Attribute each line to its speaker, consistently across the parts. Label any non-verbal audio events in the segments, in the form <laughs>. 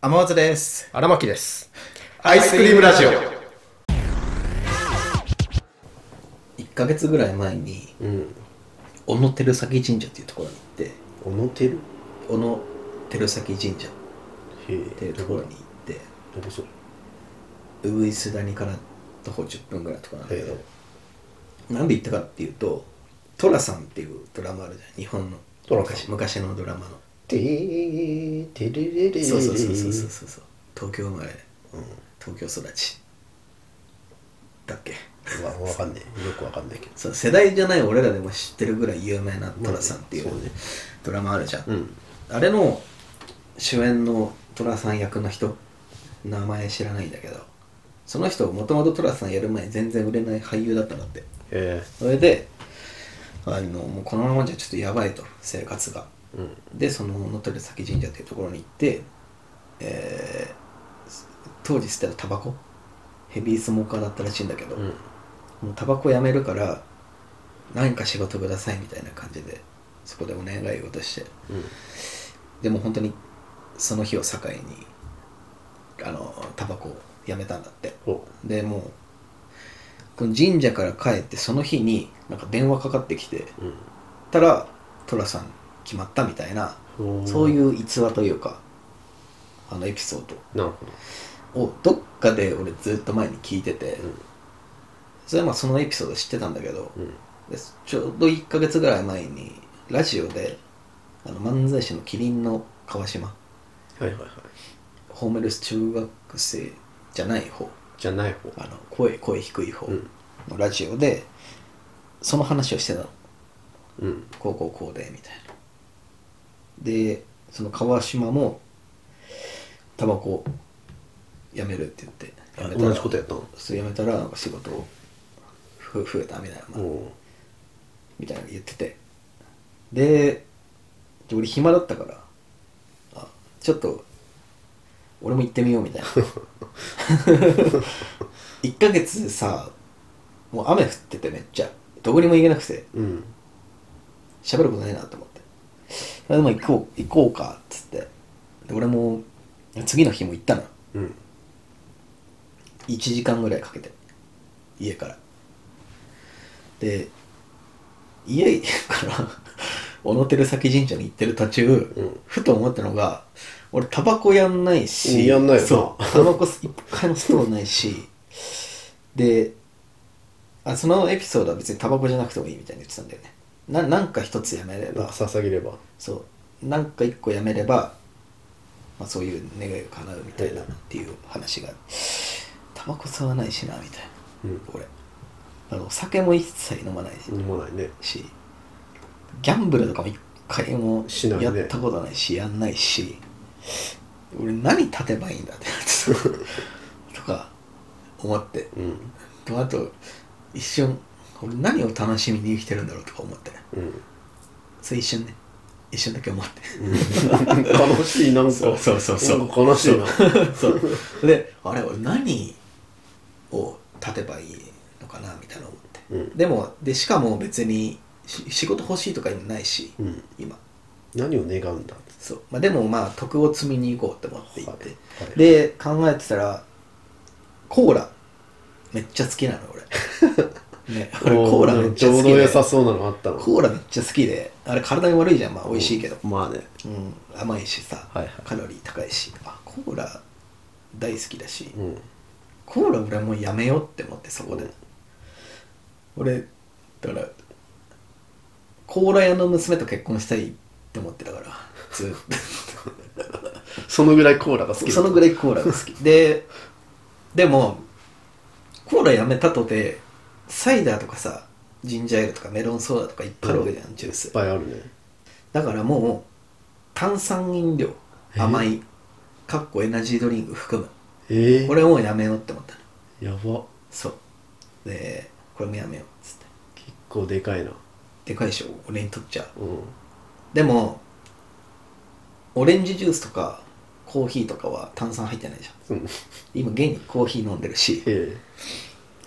Speaker 1: 天松です
Speaker 2: 荒牧です
Speaker 1: アイスクリームラジオ
Speaker 3: 1ヶ月ぐらい前に
Speaker 2: うん
Speaker 3: 小野照崎神社っていうところに行って
Speaker 2: 小野てる
Speaker 3: 小野照崎神社っ
Speaker 2: へえ
Speaker 3: ていうところに行って
Speaker 2: どこそれ
Speaker 3: 鶯谷から徒歩10分ぐらいのとかなんだけ
Speaker 2: へ
Speaker 3: どなんで行ったかっていうと寅さんっていうドラマあるじゃん日本の
Speaker 2: 寅さん
Speaker 3: 昔昔のドラマの
Speaker 2: てーてれれれ
Speaker 3: そうそうそうそうそうそうそう東京生まれ東京育ちだっけ
Speaker 2: うんわわかんねえよくわかんないけど
Speaker 3: <laughs> そう世代じゃない俺らでも知ってるぐらい有名な寅さんっていう
Speaker 2: まあね
Speaker 3: ドラマあるじゃん、
Speaker 2: うん
Speaker 3: あれの主演の寅さん役の人名前知らないんだけどその人もともと寅さんやる前全然売れない俳優だったんだって
Speaker 2: へ
Speaker 3: それであのもうこのままじゃちょっとやばいと生活が
Speaker 2: えうん
Speaker 3: でその野鳥崎神社っていうところに行って、えー当時捨てたタバコヘビースモーカーだったらしいんだけど、
Speaker 2: うん
Speaker 3: もうタバコやめるから何か仕事くださいみたいな感じでそこでお願い事して
Speaker 2: うん
Speaker 3: でも本当にその日を境にあのタバコをやめたんだって
Speaker 2: お
Speaker 3: でもうこの神社から帰ってその日になんか電話かかってきて
Speaker 2: う
Speaker 3: たら寅さん決まったみたいなんそういうう逸話というかあのエピソー
Speaker 2: なるほ
Speaker 3: ド
Speaker 2: ど
Speaker 3: をどっかで俺ずっと前に聞いてて
Speaker 2: うん
Speaker 3: それはまあそのエピソード知ってたんだけど
Speaker 2: うん
Speaker 3: でちょうど1ヶ月ぐらい前にラジオであの漫才師の麒麟の川島
Speaker 2: はいはいはい
Speaker 3: ホームレス中学生じゃない方
Speaker 2: じゃない方
Speaker 3: あの声声低い方
Speaker 2: うん
Speaker 3: のラジオでその話をしてたの
Speaker 2: うん
Speaker 3: こうこうこうでみたいなでその川島もタバコやめるって言ってやめたら
Speaker 2: 同じことやったの
Speaker 3: そうやめたらなんか仕事をふ増えたみたいな、まあ
Speaker 2: お
Speaker 3: みたいなの言っててでで俺暇だったからあちょっと俺も行ってみようみたいな1ヶ月さもう雨降っててめっちゃどこにも行けなくて
Speaker 2: うん
Speaker 3: 喋ることないなと思ってあでも行こう行こうかっつってで俺も次の日も行ったの
Speaker 2: うん
Speaker 3: 1時間ぐらいかけて家からで家から <laughs> 小野照崎神社に行ってる途中、
Speaker 2: うん
Speaker 3: ふと思ったのが俺タバコやんないし
Speaker 2: やんないよな
Speaker 3: そうタバコ一回も吸ったことないしであそのエピソードは別にタバコじゃなくてもいいみたいに言ってたんだよねななんか一つやめれ
Speaker 2: なん
Speaker 3: ば
Speaker 2: か捧げれば
Speaker 3: そうなんか一個やめれば、まあ、そういう願いが叶うみたいな
Speaker 2: う
Speaker 3: っ
Speaker 2: ん
Speaker 3: ていう話がタバコ吸わないしなみたいな
Speaker 2: うん
Speaker 3: 俺あのお酒も一切飲まない
Speaker 2: 飲まないね
Speaker 3: しギャンブルとかも一回も
Speaker 2: しないね
Speaker 3: やったことないしやんないし俺何立てばいいん <laughs> だってなってたとか思って
Speaker 2: うん
Speaker 3: とあと一瞬俺何を楽しみに生きてるんだろうとか思って <laughs>
Speaker 2: うん
Speaker 3: それ一瞬ね一瞬だけ思って
Speaker 2: 悲しいなんか
Speaker 3: そうそうそうそう
Speaker 2: なんか悲しいな
Speaker 3: <laughs> そうであれ俺何を立てばいいのかなみたいな思って、
Speaker 2: うん
Speaker 3: でもでしかも別にし仕事欲しいとかいうのないし、
Speaker 2: うん
Speaker 3: 今
Speaker 2: 何を願うんだって
Speaker 3: そう、まあ、でもまあ徳を積みに行こうって思って行って、
Speaker 2: はいはい
Speaker 3: で考えてたらコーラめっちゃ好きなの
Speaker 2: <laughs>
Speaker 3: 俺ね俺
Speaker 2: おー
Speaker 3: コーラめっちゃ好き
Speaker 2: ちょうど
Speaker 3: で
Speaker 2: 良さそうなのあったの
Speaker 3: コーラめっちゃ好きであれ体に悪いじゃんまあ美味しいけど、
Speaker 2: まあね
Speaker 3: うん、甘いしさ、
Speaker 2: はいはい
Speaker 3: カロリー高いしあコーラ大好きだし、
Speaker 2: うん
Speaker 3: コーラ俺もうやめようって思ってそこで、
Speaker 2: うん
Speaker 3: 俺だからコーラ屋の娘と結婚したいって思ってたからずっ
Speaker 2: そのぐらいコーラが好
Speaker 3: と
Speaker 2: き
Speaker 3: そのぐ
Speaker 2: らい
Speaker 3: らいコーラが好きででもコーラやめたとてサイダーとかさジンジャーエールとかメロンソーダとかいっぱいあるわけじゃん、ジュー
Speaker 2: い
Speaker 3: ス
Speaker 2: っぱいあるね
Speaker 3: だからもう炭酸飲料甘いかっこエナジードリンク含む
Speaker 2: ええ
Speaker 3: これもうやめようって思ったの
Speaker 2: やば
Speaker 3: そうでこれもやめようっつって
Speaker 2: 結構でかいな
Speaker 3: でかいでしょ俺にとっちゃ
Speaker 2: うん
Speaker 3: でもオレンジジュースとかコーヒーとかは炭酸入ってないじゃん
Speaker 2: うん <laughs>
Speaker 3: 今現にコーヒー飲んでるし
Speaker 2: え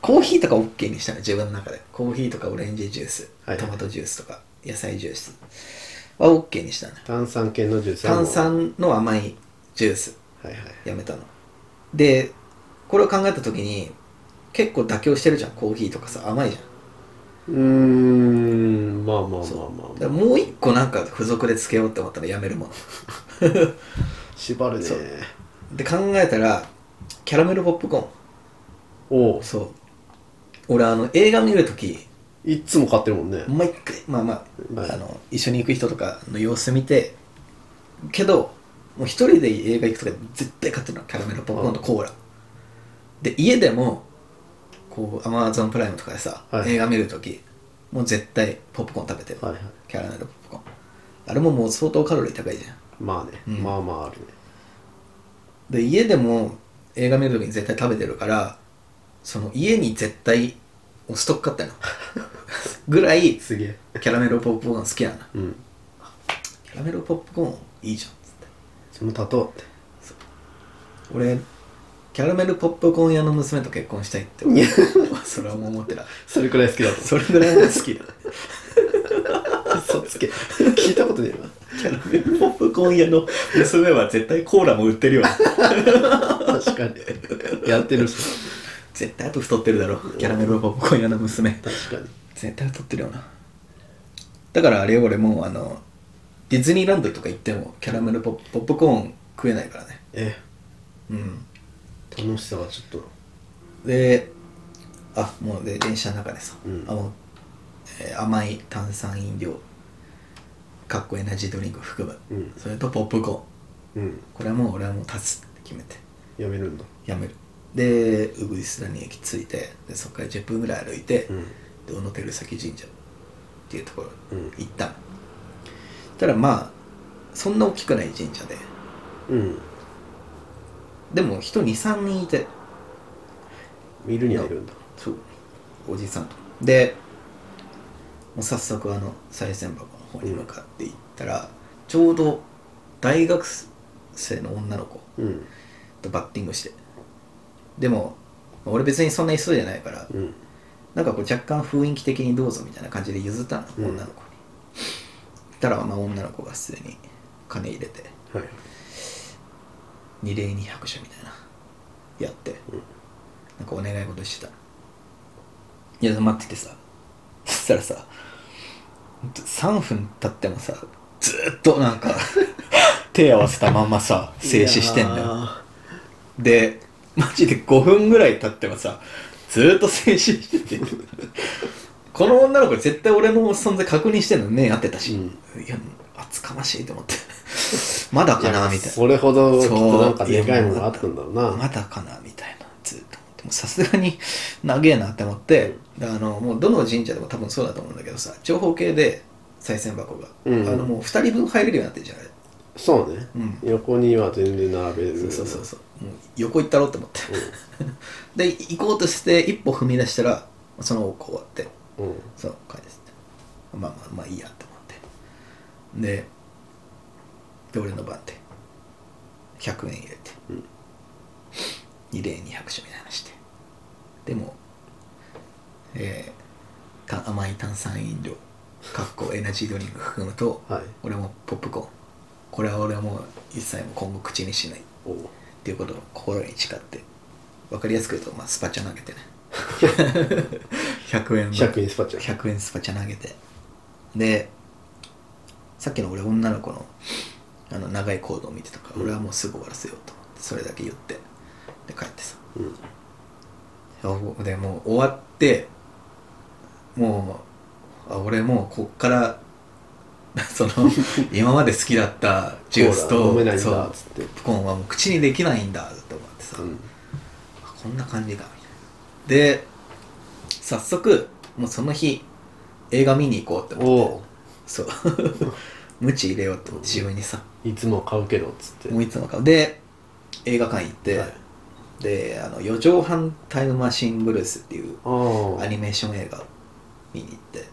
Speaker 3: コーヒーとか OK にしたの自分の中でコーヒーとかオレンジジュース
Speaker 2: はい
Speaker 3: トマトジュースとか野菜ジュースは OK にしたの
Speaker 2: 炭酸系のジュースはもう
Speaker 3: 炭酸の甘いジュース
Speaker 2: はいはい
Speaker 3: やめたのでこれを考えた時に結構妥協してるじゃんコーヒーとかさ甘いじゃん
Speaker 2: うーんまあまあまあ
Speaker 3: そう
Speaker 2: ま
Speaker 3: だ
Speaker 2: あ、
Speaker 3: からもう一個なんか付属でつけようって思ったらやめるもの
Speaker 2: 縛るね
Speaker 3: そうで考えたらキャラメルポップコー
Speaker 2: おう
Speaker 3: ンそう俺あの映画見るとき
Speaker 2: いっつも買ってるもんね、
Speaker 3: 毎回まあまあ,、
Speaker 2: はい
Speaker 3: あの一緒に行く人とかの様子見てけどもう一人で映画行くとか絶対買ってるのキャラメルポップコーンとコーラ、で家でもこうアマゾンプライムとかでさ、
Speaker 2: はい
Speaker 3: 映画見るときもう絶対ポップコーン食べてる、
Speaker 2: はいはい
Speaker 3: キャラメルポップコーンあれももう相当カロリー高いじゃん
Speaker 2: まあね、
Speaker 3: うん
Speaker 2: まあまああるね
Speaker 3: で家でも映画見るときに絶対食べてるからその家に絶対おストック買ったの <laughs> ぐらい
Speaker 2: すげえ
Speaker 3: キャラメルポップコーン好きなの
Speaker 2: うん
Speaker 3: キャラメルポップコーンいいじゃんっつって
Speaker 2: その立とうって
Speaker 3: 俺キャラメルポップコーン屋の娘と結婚したいって思
Speaker 2: いや
Speaker 3: う <laughs> それはもう思ってた
Speaker 2: それくらい好きだ
Speaker 3: それぐらいが好きだ
Speaker 2: と嘘つけ <laughs> 聞いたことねえな
Speaker 3: キャラメルポップコーン屋の娘は絶対コーラも売ってるよ
Speaker 2: 確かにやってるし
Speaker 3: 絶対あと太ってるだろキャラメルポップコーン屋の娘
Speaker 2: 確かに
Speaker 3: 絶対太ってるよなだからあれよ俺もうあのディズニーランドとか行ってもキャラメルポポップコーン食えないからね
Speaker 2: え
Speaker 3: うん
Speaker 2: 楽しさがちょっと
Speaker 3: であもうで電車の中でさ、
Speaker 2: うん
Speaker 3: あもうえー甘い炭酸飲料かっこエナジードリンクを含む、
Speaker 2: うん
Speaker 3: それとポップコーン
Speaker 2: うん
Speaker 3: これはもう俺はもう立つって決めて
Speaker 2: やめるんだ
Speaker 3: やめるでウグイス谷駅着いてでそこから10分ぐらい歩いて、
Speaker 2: うん
Speaker 3: で小野照崎神社っていうところ
Speaker 2: うん
Speaker 3: 行ったの、たらまあそんな大きくない神社で
Speaker 2: うん
Speaker 3: でも人23人いて
Speaker 2: 見るにはいるんだ
Speaker 3: そうおじさんとでもう早速あの賽銭箱の方に向かって行ったら、ちょうど大学生の女の子
Speaker 2: うん
Speaker 3: とバッティングしてでも俺別にそんな急いじゃないから
Speaker 2: うん
Speaker 3: なんかこう若干雰囲気的にどうぞみたいな感じで譲ったの、
Speaker 2: うん
Speaker 3: 女の子にたらまあ女の子がすでに金入れて
Speaker 2: はい
Speaker 3: 二礼二拍手みたいなやって、
Speaker 2: うん
Speaker 3: なんかお願い事してたいや待っててさ <laughs> そしたらさほんと3分経ってもさずーっとなん
Speaker 2: <laughs>
Speaker 3: か手合わせたまんまさ静止してんだ
Speaker 2: いや
Speaker 3: よ
Speaker 2: ー
Speaker 3: でマジで5分ぐらい経ってもさずーっと静止してて <laughs> この女の子絶対俺の存在確認してんの目合ってたし、いや厚かましいと思って <laughs> まだかなみたいな
Speaker 2: それほどきっ
Speaker 3: そう
Speaker 2: となんかでかいものがあったんだろうな
Speaker 3: まだかなみたいなずっと思ってもうさすがに長えなって思って、であのもうどの神社でも多分そうだと思うんだけどさ長方形で賽銭箱が、
Speaker 2: うん
Speaker 3: あのもう2人分入れるようになってるじゃない、
Speaker 2: そうね、
Speaker 3: うん
Speaker 2: 横には全然並べる
Speaker 3: そうそうそうそうもう横行ったろうと思って、 <laughs> で行こうとして一歩踏み出したらその子終わって
Speaker 2: う、ん、
Speaker 3: その回ですってまあまあまあいいやと思ってでで俺の番で100円入れて、
Speaker 2: うん
Speaker 3: 二礼二拍手みたいなしてでもえーた甘い炭酸飲料かっこエナジードリンク含むと
Speaker 2: はい
Speaker 3: 俺もポップコーンこれは俺はもう一切もう今後口にしないっ
Speaker 2: おう
Speaker 3: ていうことを心に誓って分かりやすく言うと、まあ、スパチャ投げ
Speaker 2: <laughs>
Speaker 3: てね <laughs> 100円分
Speaker 2: 100円スパチャ
Speaker 3: 100円スパチャ投げてでさっきの俺女の子のあの長いコードを見てたから、
Speaker 2: うん
Speaker 3: 俺はもうすぐ終わらせようと思ってそれだけ言ってで帰ってさ
Speaker 2: うん
Speaker 3: あでもう終わってもうあ俺もうこっから <laughs>
Speaker 2: <laughs>
Speaker 3: その今まで好きだったジュース
Speaker 2: コーラ
Speaker 3: と
Speaker 2: 飲めないん
Speaker 3: そう
Speaker 2: だっつっ
Speaker 3: ポ
Speaker 2: て
Speaker 3: ップコーンはもう口にできないんだと思ってさ、
Speaker 2: うん
Speaker 3: あこんな感じかみたいなで早速もうその日映画見に行こうって思って
Speaker 2: お
Speaker 3: そう <laughs> 無知入れようって思って自分にさ
Speaker 2: ういつも買うけどっつって
Speaker 3: もういつもかで映画館行って、
Speaker 2: はい
Speaker 3: であの「四畳半タイムマシンブルース」っていう
Speaker 2: ああ
Speaker 3: アニメーション映画を見に行って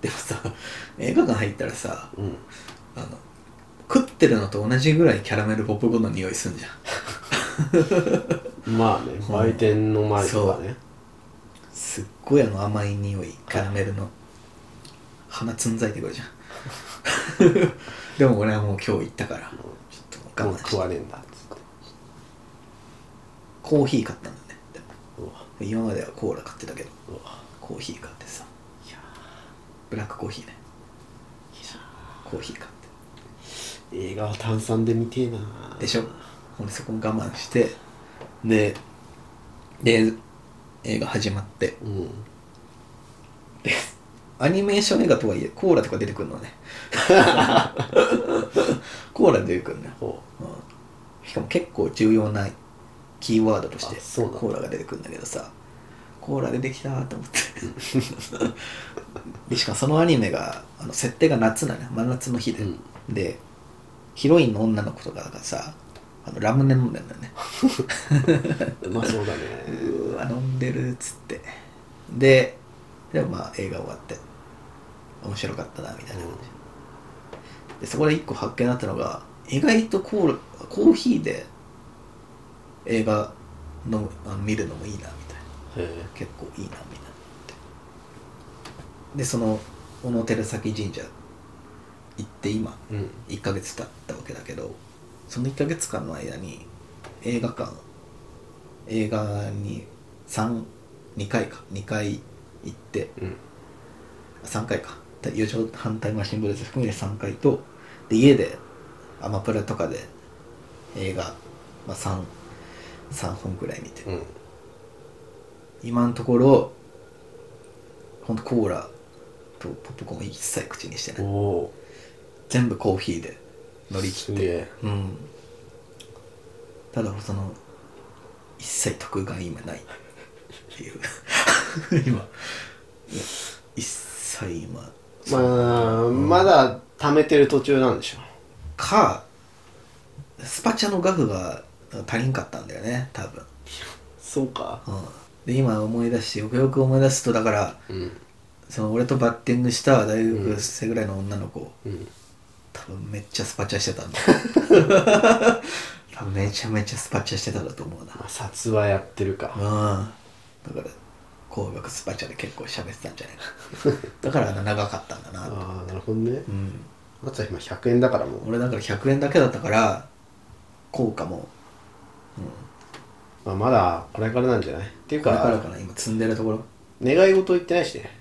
Speaker 3: でもさ映画館入ったらさ
Speaker 2: うん
Speaker 3: あの食ってるのと同じぐらいキャラメルポップコーンの匂いすんじゃん
Speaker 2: まあね売店の前とかね
Speaker 3: すっごいあの甘い匂いキャラメルの <laughs> 鼻つんざいてくるじゃんでも俺はもう今日行ったからちょっとも我慢
Speaker 2: う
Speaker 3: して
Speaker 2: 食わねえんだっつって
Speaker 3: コーヒー買ったんだねでも
Speaker 2: うわ
Speaker 3: 今まではコーラ買ってたけど
Speaker 2: うわ
Speaker 3: コーヒー買ってさブラックコーヒーねコーヒー買って
Speaker 2: 映画は炭酸で見てえな
Speaker 3: でしょ俺そこも我慢してでで映画始まって
Speaker 2: うん
Speaker 3: アニメーション映画とはいえコーラとか出てくる
Speaker 2: <laughs>
Speaker 3: のねコーラ出てくるのよ、
Speaker 2: ほ
Speaker 3: うんしかも結構重要なキーワードとして
Speaker 2: あそうなんだ
Speaker 3: コーラが出てくるんだけどさコーラ出てきたと思ってでしかもそのアニメがあの設定が夏なのよ真夏の日
Speaker 2: う
Speaker 3: で、
Speaker 2: うん
Speaker 3: でヒロインの女の子とかがさあのラムネ飲んでんだよね
Speaker 2: うまそうだね
Speaker 3: うわ飲んでるっつってででもまあ映画終わって面白かったなみたいな感じ、でそこで一個発見だったのが意外とコールコーヒーで映画のあの見るのもいいなみたいな
Speaker 2: へえ
Speaker 3: 結構いいなみたいなってでその小野照崎神社行って今
Speaker 2: うん
Speaker 3: 1ヶ月経ったわけだけどその1ヶ月間の間に映画館映画に32回か2回行って
Speaker 2: うん
Speaker 3: 3回か4畳半タイムマシンブルース含めて3回とで家でアマプラとかで映画、まあ、3, 3本ぐらい見て、
Speaker 2: うん
Speaker 3: 今のところほんとコーラとポップコーン一切口にしてない
Speaker 2: おお
Speaker 3: 全部コーヒーで乗り切
Speaker 2: す
Speaker 3: って
Speaker 2: げえ
Speaker 3: うんただその一切得が今ないって
Speaker 2: <laughs>
Speaker 3: いう今一切今
Speaker 2: まあまだ貯めてる途中なんでしょ
Speaker 3: かスパチャの額が足りんかったんだよね多分、
Speaker 2: そうか
Speaker 3: うん、で今思い出してよくよく思い出すとだから
Speaker 2: うん
Speaker 3: その俺とバッティングした大
Speaker 2: う
Speaker 3: 学
Speaker 2: ん
Speaker 3: 生ぐらいの女の子、
Speaker 2: うん
Speaker 3: 多分めっちゃスパチャしてたんだ
Speaker 2: <laughs>
Speaker 3: 多分めちゃめちゃスパチャしてたんだと思うな
Speaker 2: まあ札はやってるか
Speaker 3: うんだから紅白スパチャで結構喋ってたんじゃない <laughs> かだからあの長かったんだなと
Speaker 2: ああなるほどね
Speaker 3: うん
Speaker 2: まずは今100円だからもう
Speaker 3: 俺だから100円だけだったから効果も、うん、
Speaker 2: まあ、まだこれからなんじゃないっていう
Speaker 3: こ
Speaker 2: か
Speaker 3: れからかな今積んでるところ
Speaker 2: 願い事言ってないしね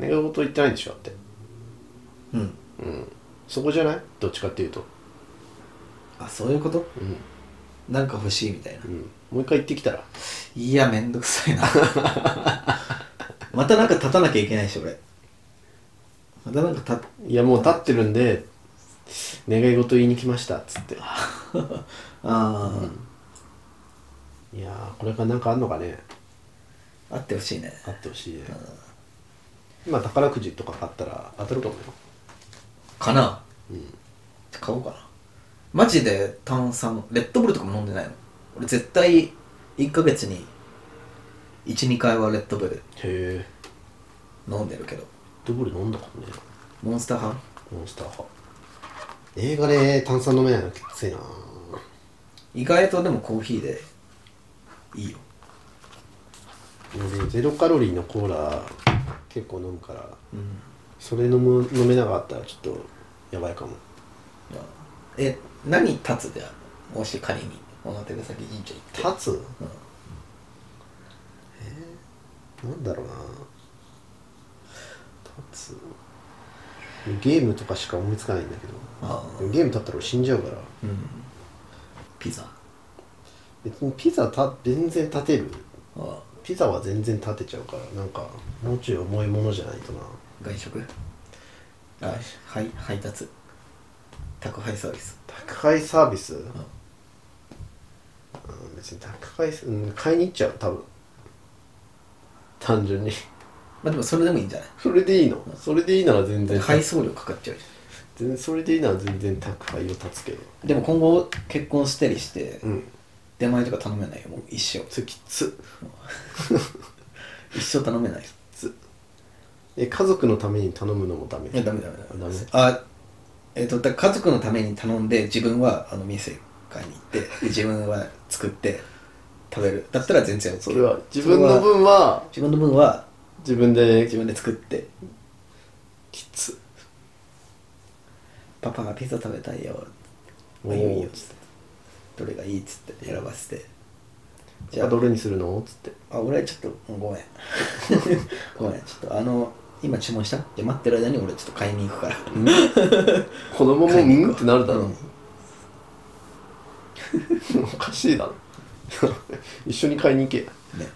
Speaker 2: 願い事言ってないんでしょだって
Speaker 3: うん
Speaker 2: うんそこじゃないどっちかっていうと
Speaker 3: あそういうこと
Speaker 2: うん
Speaker 3: なんか欲しいみたいな
Speaker 2: うんもう一回行ってきたら
Speaker 3: いやめんどくさいな <laughs> またなんか立たなきゃいけないし俺またなんか立
Speaker 2: いやもう立ってるんで願い事言いに来ましたっつって
Speaker 3: <laughs> あー、
Speaker 2: いやーこれからなんかあんのかね
Speaker 3: あってほしいね
Speaker 2: あってほしいね今宝くじとか買ったら当たるかもよ
Speaker 3: かな
Speaker 2: うん
Speaker 3: 買おうかなマジで炭酸レッドブルとかも飲んでないの俺絶対1ヶ月に12回はレッドブル
Speaker 2: へえ
Speaker 3: 飲んでるけど
Speaker 2: ドブル飲んだかもね
Speaker 3: モンスター派
Speaker 2: モンスター派映画で炭酸飲めないのきついな
Speaker 3: 意外とでもコーヒーでいいよ
Speaker 2: 俺ゼロカロリーのコーラ結構飲むから
Speaker 3: うん
Speaker 2: それ飲む飲めなかったらちょっとやばいかも
Speaker 3: まあえ何立つじゃあもし仮に表で先神社行って
Speaker 2: 立つ
Speaker 3: うん
Speaker 2: なんだろうな立つゲームとかしか思いつかないんだけど
Speaker 3: あ
Speaker 2: でもゲーム立ったら俺死んじゃうから
Speaker 3: ーうんピザあ
Speaker 2: 別にピザた全然立てる
Speaker 3: ー
Speaker 2: ピザは全然立てちゃうからなんかもうちょい重いものじゃないとな
Speaker 3: 外食あはい配達宅配サービス
Speaker 2: 宅配サービス、うん、別に宅配す、うん、買いに行っちゃう多分単純に <laughs>
Speaker 3: まあでもそれでもいいんじゃない
Speaker 2: それでいいのそれでいいなら全然
Speaker 3: 配送料かかっちゃうじ
Speaker 2: 全然それでいいなら全然宅配を立つけど
Speaker 3: ゃんでも今後結婚したりして
Speaker 2: うん
Speaker 3: 出前とか頼めないよもう一生
Speaker 2: それきつ
Speaker 3: 一生頼めないよ
Speaker 2: え家族のために頼むのもダメ
Speaker 3: いやダメダメダメ
Speaker 2: ダメ
Speaker 3: あえっ、とだから家族のために頼んで自分はあの店買いに行ってで自分は作って食べるだったら全然 OK
Speaker 2: それは自分の分は
Speaker 3: 自分の分は
Speaker 2: 自分で
Speaker 3: 自分で作って
Speaker 2: きつ
Speaker 3: パパがピザ食べたいよ
Speaker 2: お
Speaker 3: あいいよいいよ
Speaker 2: ー
Speaker 3: っつってどれがいいっつって選ばせて
Speaker 2: じゃあどれにするのっつって
Speaker 3: あ俺ちょっとごめん <laughs> ごめんちょっとあの今注文したじゃあ待ってる間に俺ちょっと買いに行くから
Speaker 2: 子供もうんってなるだろ、
Speaker 3: うん
Speaker 2: おかしいだろ <laughs> 一緒に買いに行け
Speaker 3: ね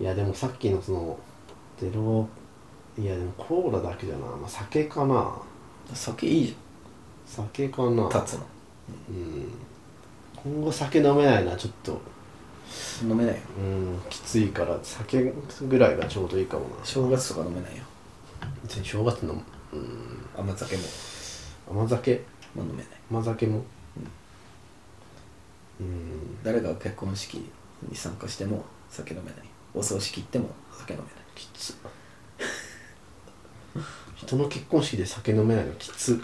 Speaker 2: いやでもさっきのそのゼロいやでもコーラだけじゃな、まあ、酒かな
Speaker 3: 酒いいじ
Speaker 2: 酒かな
Speaker 3: ゃん立つの
Speaker 2: うん今後酒飲めないなちょっと
Speaker 3: 飲めないよ
Speaker 2: うんきついから酒ぐらいがちょうどいいかもな
Speaker 3: 正月とか飲めないよ
Speaker 2: 別に正月飲むうん
Speaker 3: 甘酒も、
Speaker 2: 甘酒
Speaker 3: まあ、飲めない
Speaker 2: 甘酒もうん
Speaker 3: 誰が結婚式に参加しても酒飲めないお葬式行っても酒飲めない
Speaker 2: きつ <laughs> 人の結婚式で酒飲めないのきつ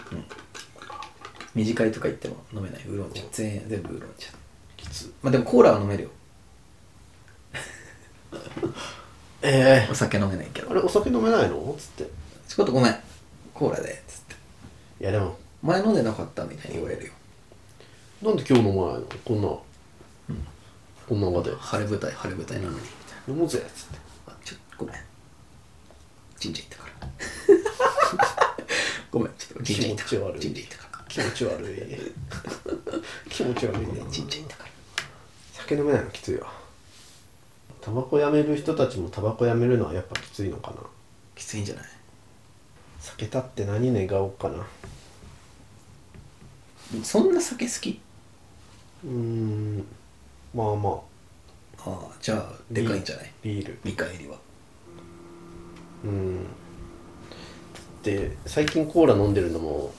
Speaker 3: 短いとか行っても飲めないウーロン茶全全部ウーロン茶
Speaker 2: きつ
Speaker 3: まあでもコーラは飲めるよ
Speaker 2: ええ
Speaker 3: お酒飲めないけど
Speaker 2: あれお酒飲めないのつって
Speaker 3: ちょっとごめんコーラでつって
Speaker 2: いやでも
Speaker 3: 前飲んでなかったみたいに言われるよ
Speaker 2: なんで今日飲まないのこんな、こんな場で
Speaker 3: 晴れ舞台晴れ舞台なのにみたいな
Speaker 2: 飲もうぜっつって
Speaker 3: あちょっとごめん神社行ったから
Speaker 2: <laughs>
Speaker 3: ごめんちょっと神社行ったから
Speaker 2: 気持ち悪い
Speaker 3: 神社行ったから
Speaker 2: 気持ち悪い <laughs> 気持ち悪い
Speaker 3: ごめん
Speaker 2: な
Speaker 3: 神社行ったから
Speaker 2: 酒飲めないのきついわタバコやめる人たちもタバコやめるのはやっぱきついのかな
Speaker 3: きついんじゃない
Speaker 2: 酒立って何願おうかな
Speaker 3: そんな酒好き
Speaker 2: うーんまあまあ
Speaker 3: ああじゃあでかいんじゃない
Speaker 2: ビール
Speaker 3: 見返りは
Speaker 2: うんで最近コーラ飲んでるのも、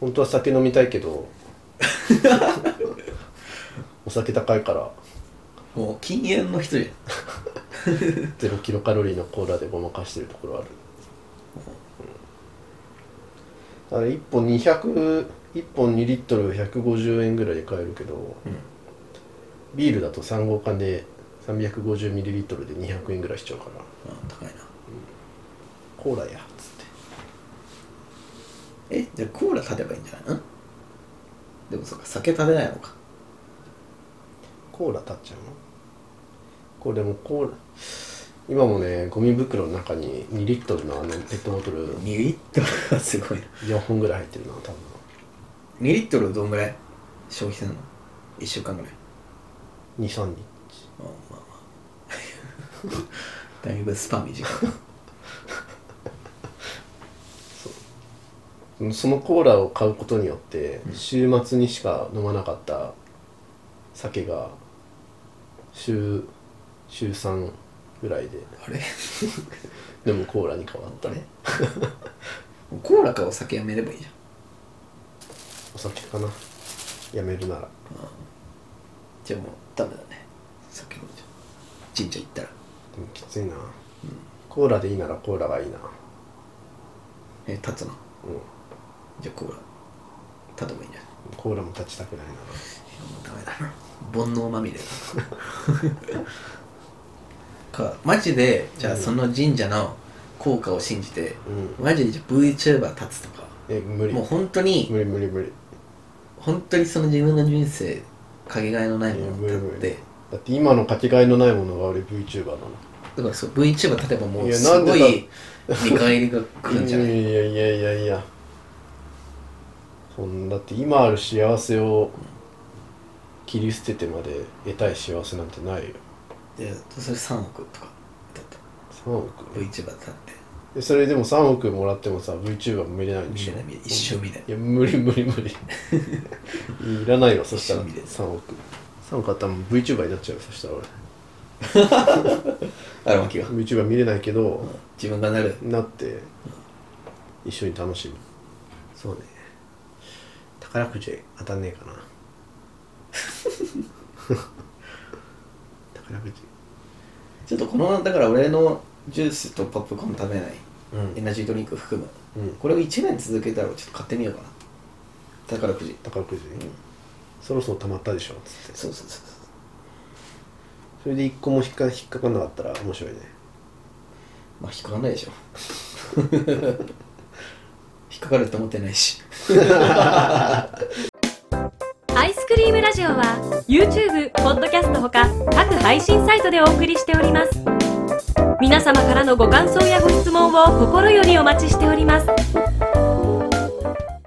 Speaker 2: 本当は酒飲みたいけ <laughs> どお酒高いから
Speaker 3: もう禁煙の人じゃん
Speaker 2: ゼロキロカロリーのコーラでごまかしてるところある、うん、だから1本2001本2リットル150円ぐらいで買えるけど、ビールだと3号缶で350ミリリットルで200円ぐらいしちゃうから
Speaker 3: うん高いな
Speaker 2: コーラやっつって
Speaker 3: えじゃあコーラ立てばいいんじゃないのでもそうか酒食べないのか
Speaker 2: コーラ立っちゃうのこれもコーラ今もねゴミ袋の中に2リットルのあのペットボトル
Speaker 3: 2リットルはすごいな
Speaker 2: 4本ぐらい入ってるな多分
Speaker 3: 2リットルどんぐらい消費するの1週間ぐらい
Speaker 2: 23
Speaker 3: まあまあまあだいぶスパン短い
Speaker 2: 日そのコーラを買うことによって週末にしか飲まなかった酒が週週3ぐらいで
Speaker 3: あれ
Speaker 2: でもコーラに変わった
Speaker 3: あれコーラかお酒やめればいいじゃん
Speaker 2: お酒かなやめるなら
Speaker 3: じゃあもうダメだね酒飲んじゃう神社行ったら
Speaker 2: でもきついな、コーラでいいならコーラがいいな
Speaker 3: え立つの
Speaker 2: うん
Speaker 3: じゃあコーラ立てばいいんじゃない
Speaker 2: コーラも立ちたくないない
Speaker 3: やもうダメだな煩悩まみれだ
Speaker 2: <laughs>
Speaker 3: かマジでじゃあその神社の効果を信じて、
Speaker 2: う
Speaker 3: マジでじゃあ VTuber 立つとか
Speaker 2: え無理
Speaker 3: もう本当に
Speaker 2: 無理無理無理
Speaker 3: 本当にその自分の人生かけがえのないものを立っ
Speaker 2: いや
Speaker 3: て
Speaker 2: だって今のかけがえのないものが俺 VTuber なの
Speaker 3: だからそう VTuber 立てばも
Speaker 2: いうや
Speaker 3: すご
Speaker 2: なん
Speaker 3: い
Speaker 2: で
Speaker 3: 見返りが来るん
Speaker 2: い
Speaker 3: じゃ
Speaker 2: や
Speaker 3: ない
Speaker 2: いやいやいやいやそんだって今ある幸せを切り捨ててまで得たい幸せなんてないよ
Speaker 3: でそれ3億とかだった
Speaker 2: 3億
Speaker 3: VTuber 立って
Speaker 2: でそれでも3億もらってもさ VTuber も見れないん
Speaker 3: 見
Speaker 2: でしょ
Speaker 3: れない見れない一生見れない
Speaker 2: いや無理無理無理いらないわそしたら
Speaker 3: 一緒に見れない
Speaker 2: 3億3億あったらもう VTuber になっちゃうよそしたら
Speaker 3: 荒牧が
Speaker 2: 俺 VTuber 見れないけど、
Speaker 3: 自分がなる
Speaker 2: なって一緒に楽しむそうね宝くじ当たんねえかな宝くじ
Speaker 3: ちょっとこのだから俺のジュースとポップコーン食べない
Speaker 2: うん
Speaker 3: エナジードリンク含む
Speaker 2: うん
Speaker 3: これを1年続けたらちょっと買ってみようかな宝くじ
Speaker 2: 宝くじ、そろそろ溜まったでしょつって
Speaker 3: そうそうそうそう
Speaker 2: それで一個も引っか引っかかんなかったら面白いね
Speaker 3: まあ引っかかんないでしょ <laughs> 引っかかると思ってないし
Speaker 4: アイスクリームラジオは YouTube、ポッドキャストほか各配信サイトでお送りしております皆様からのご感想やご質問を心よりお待ちしております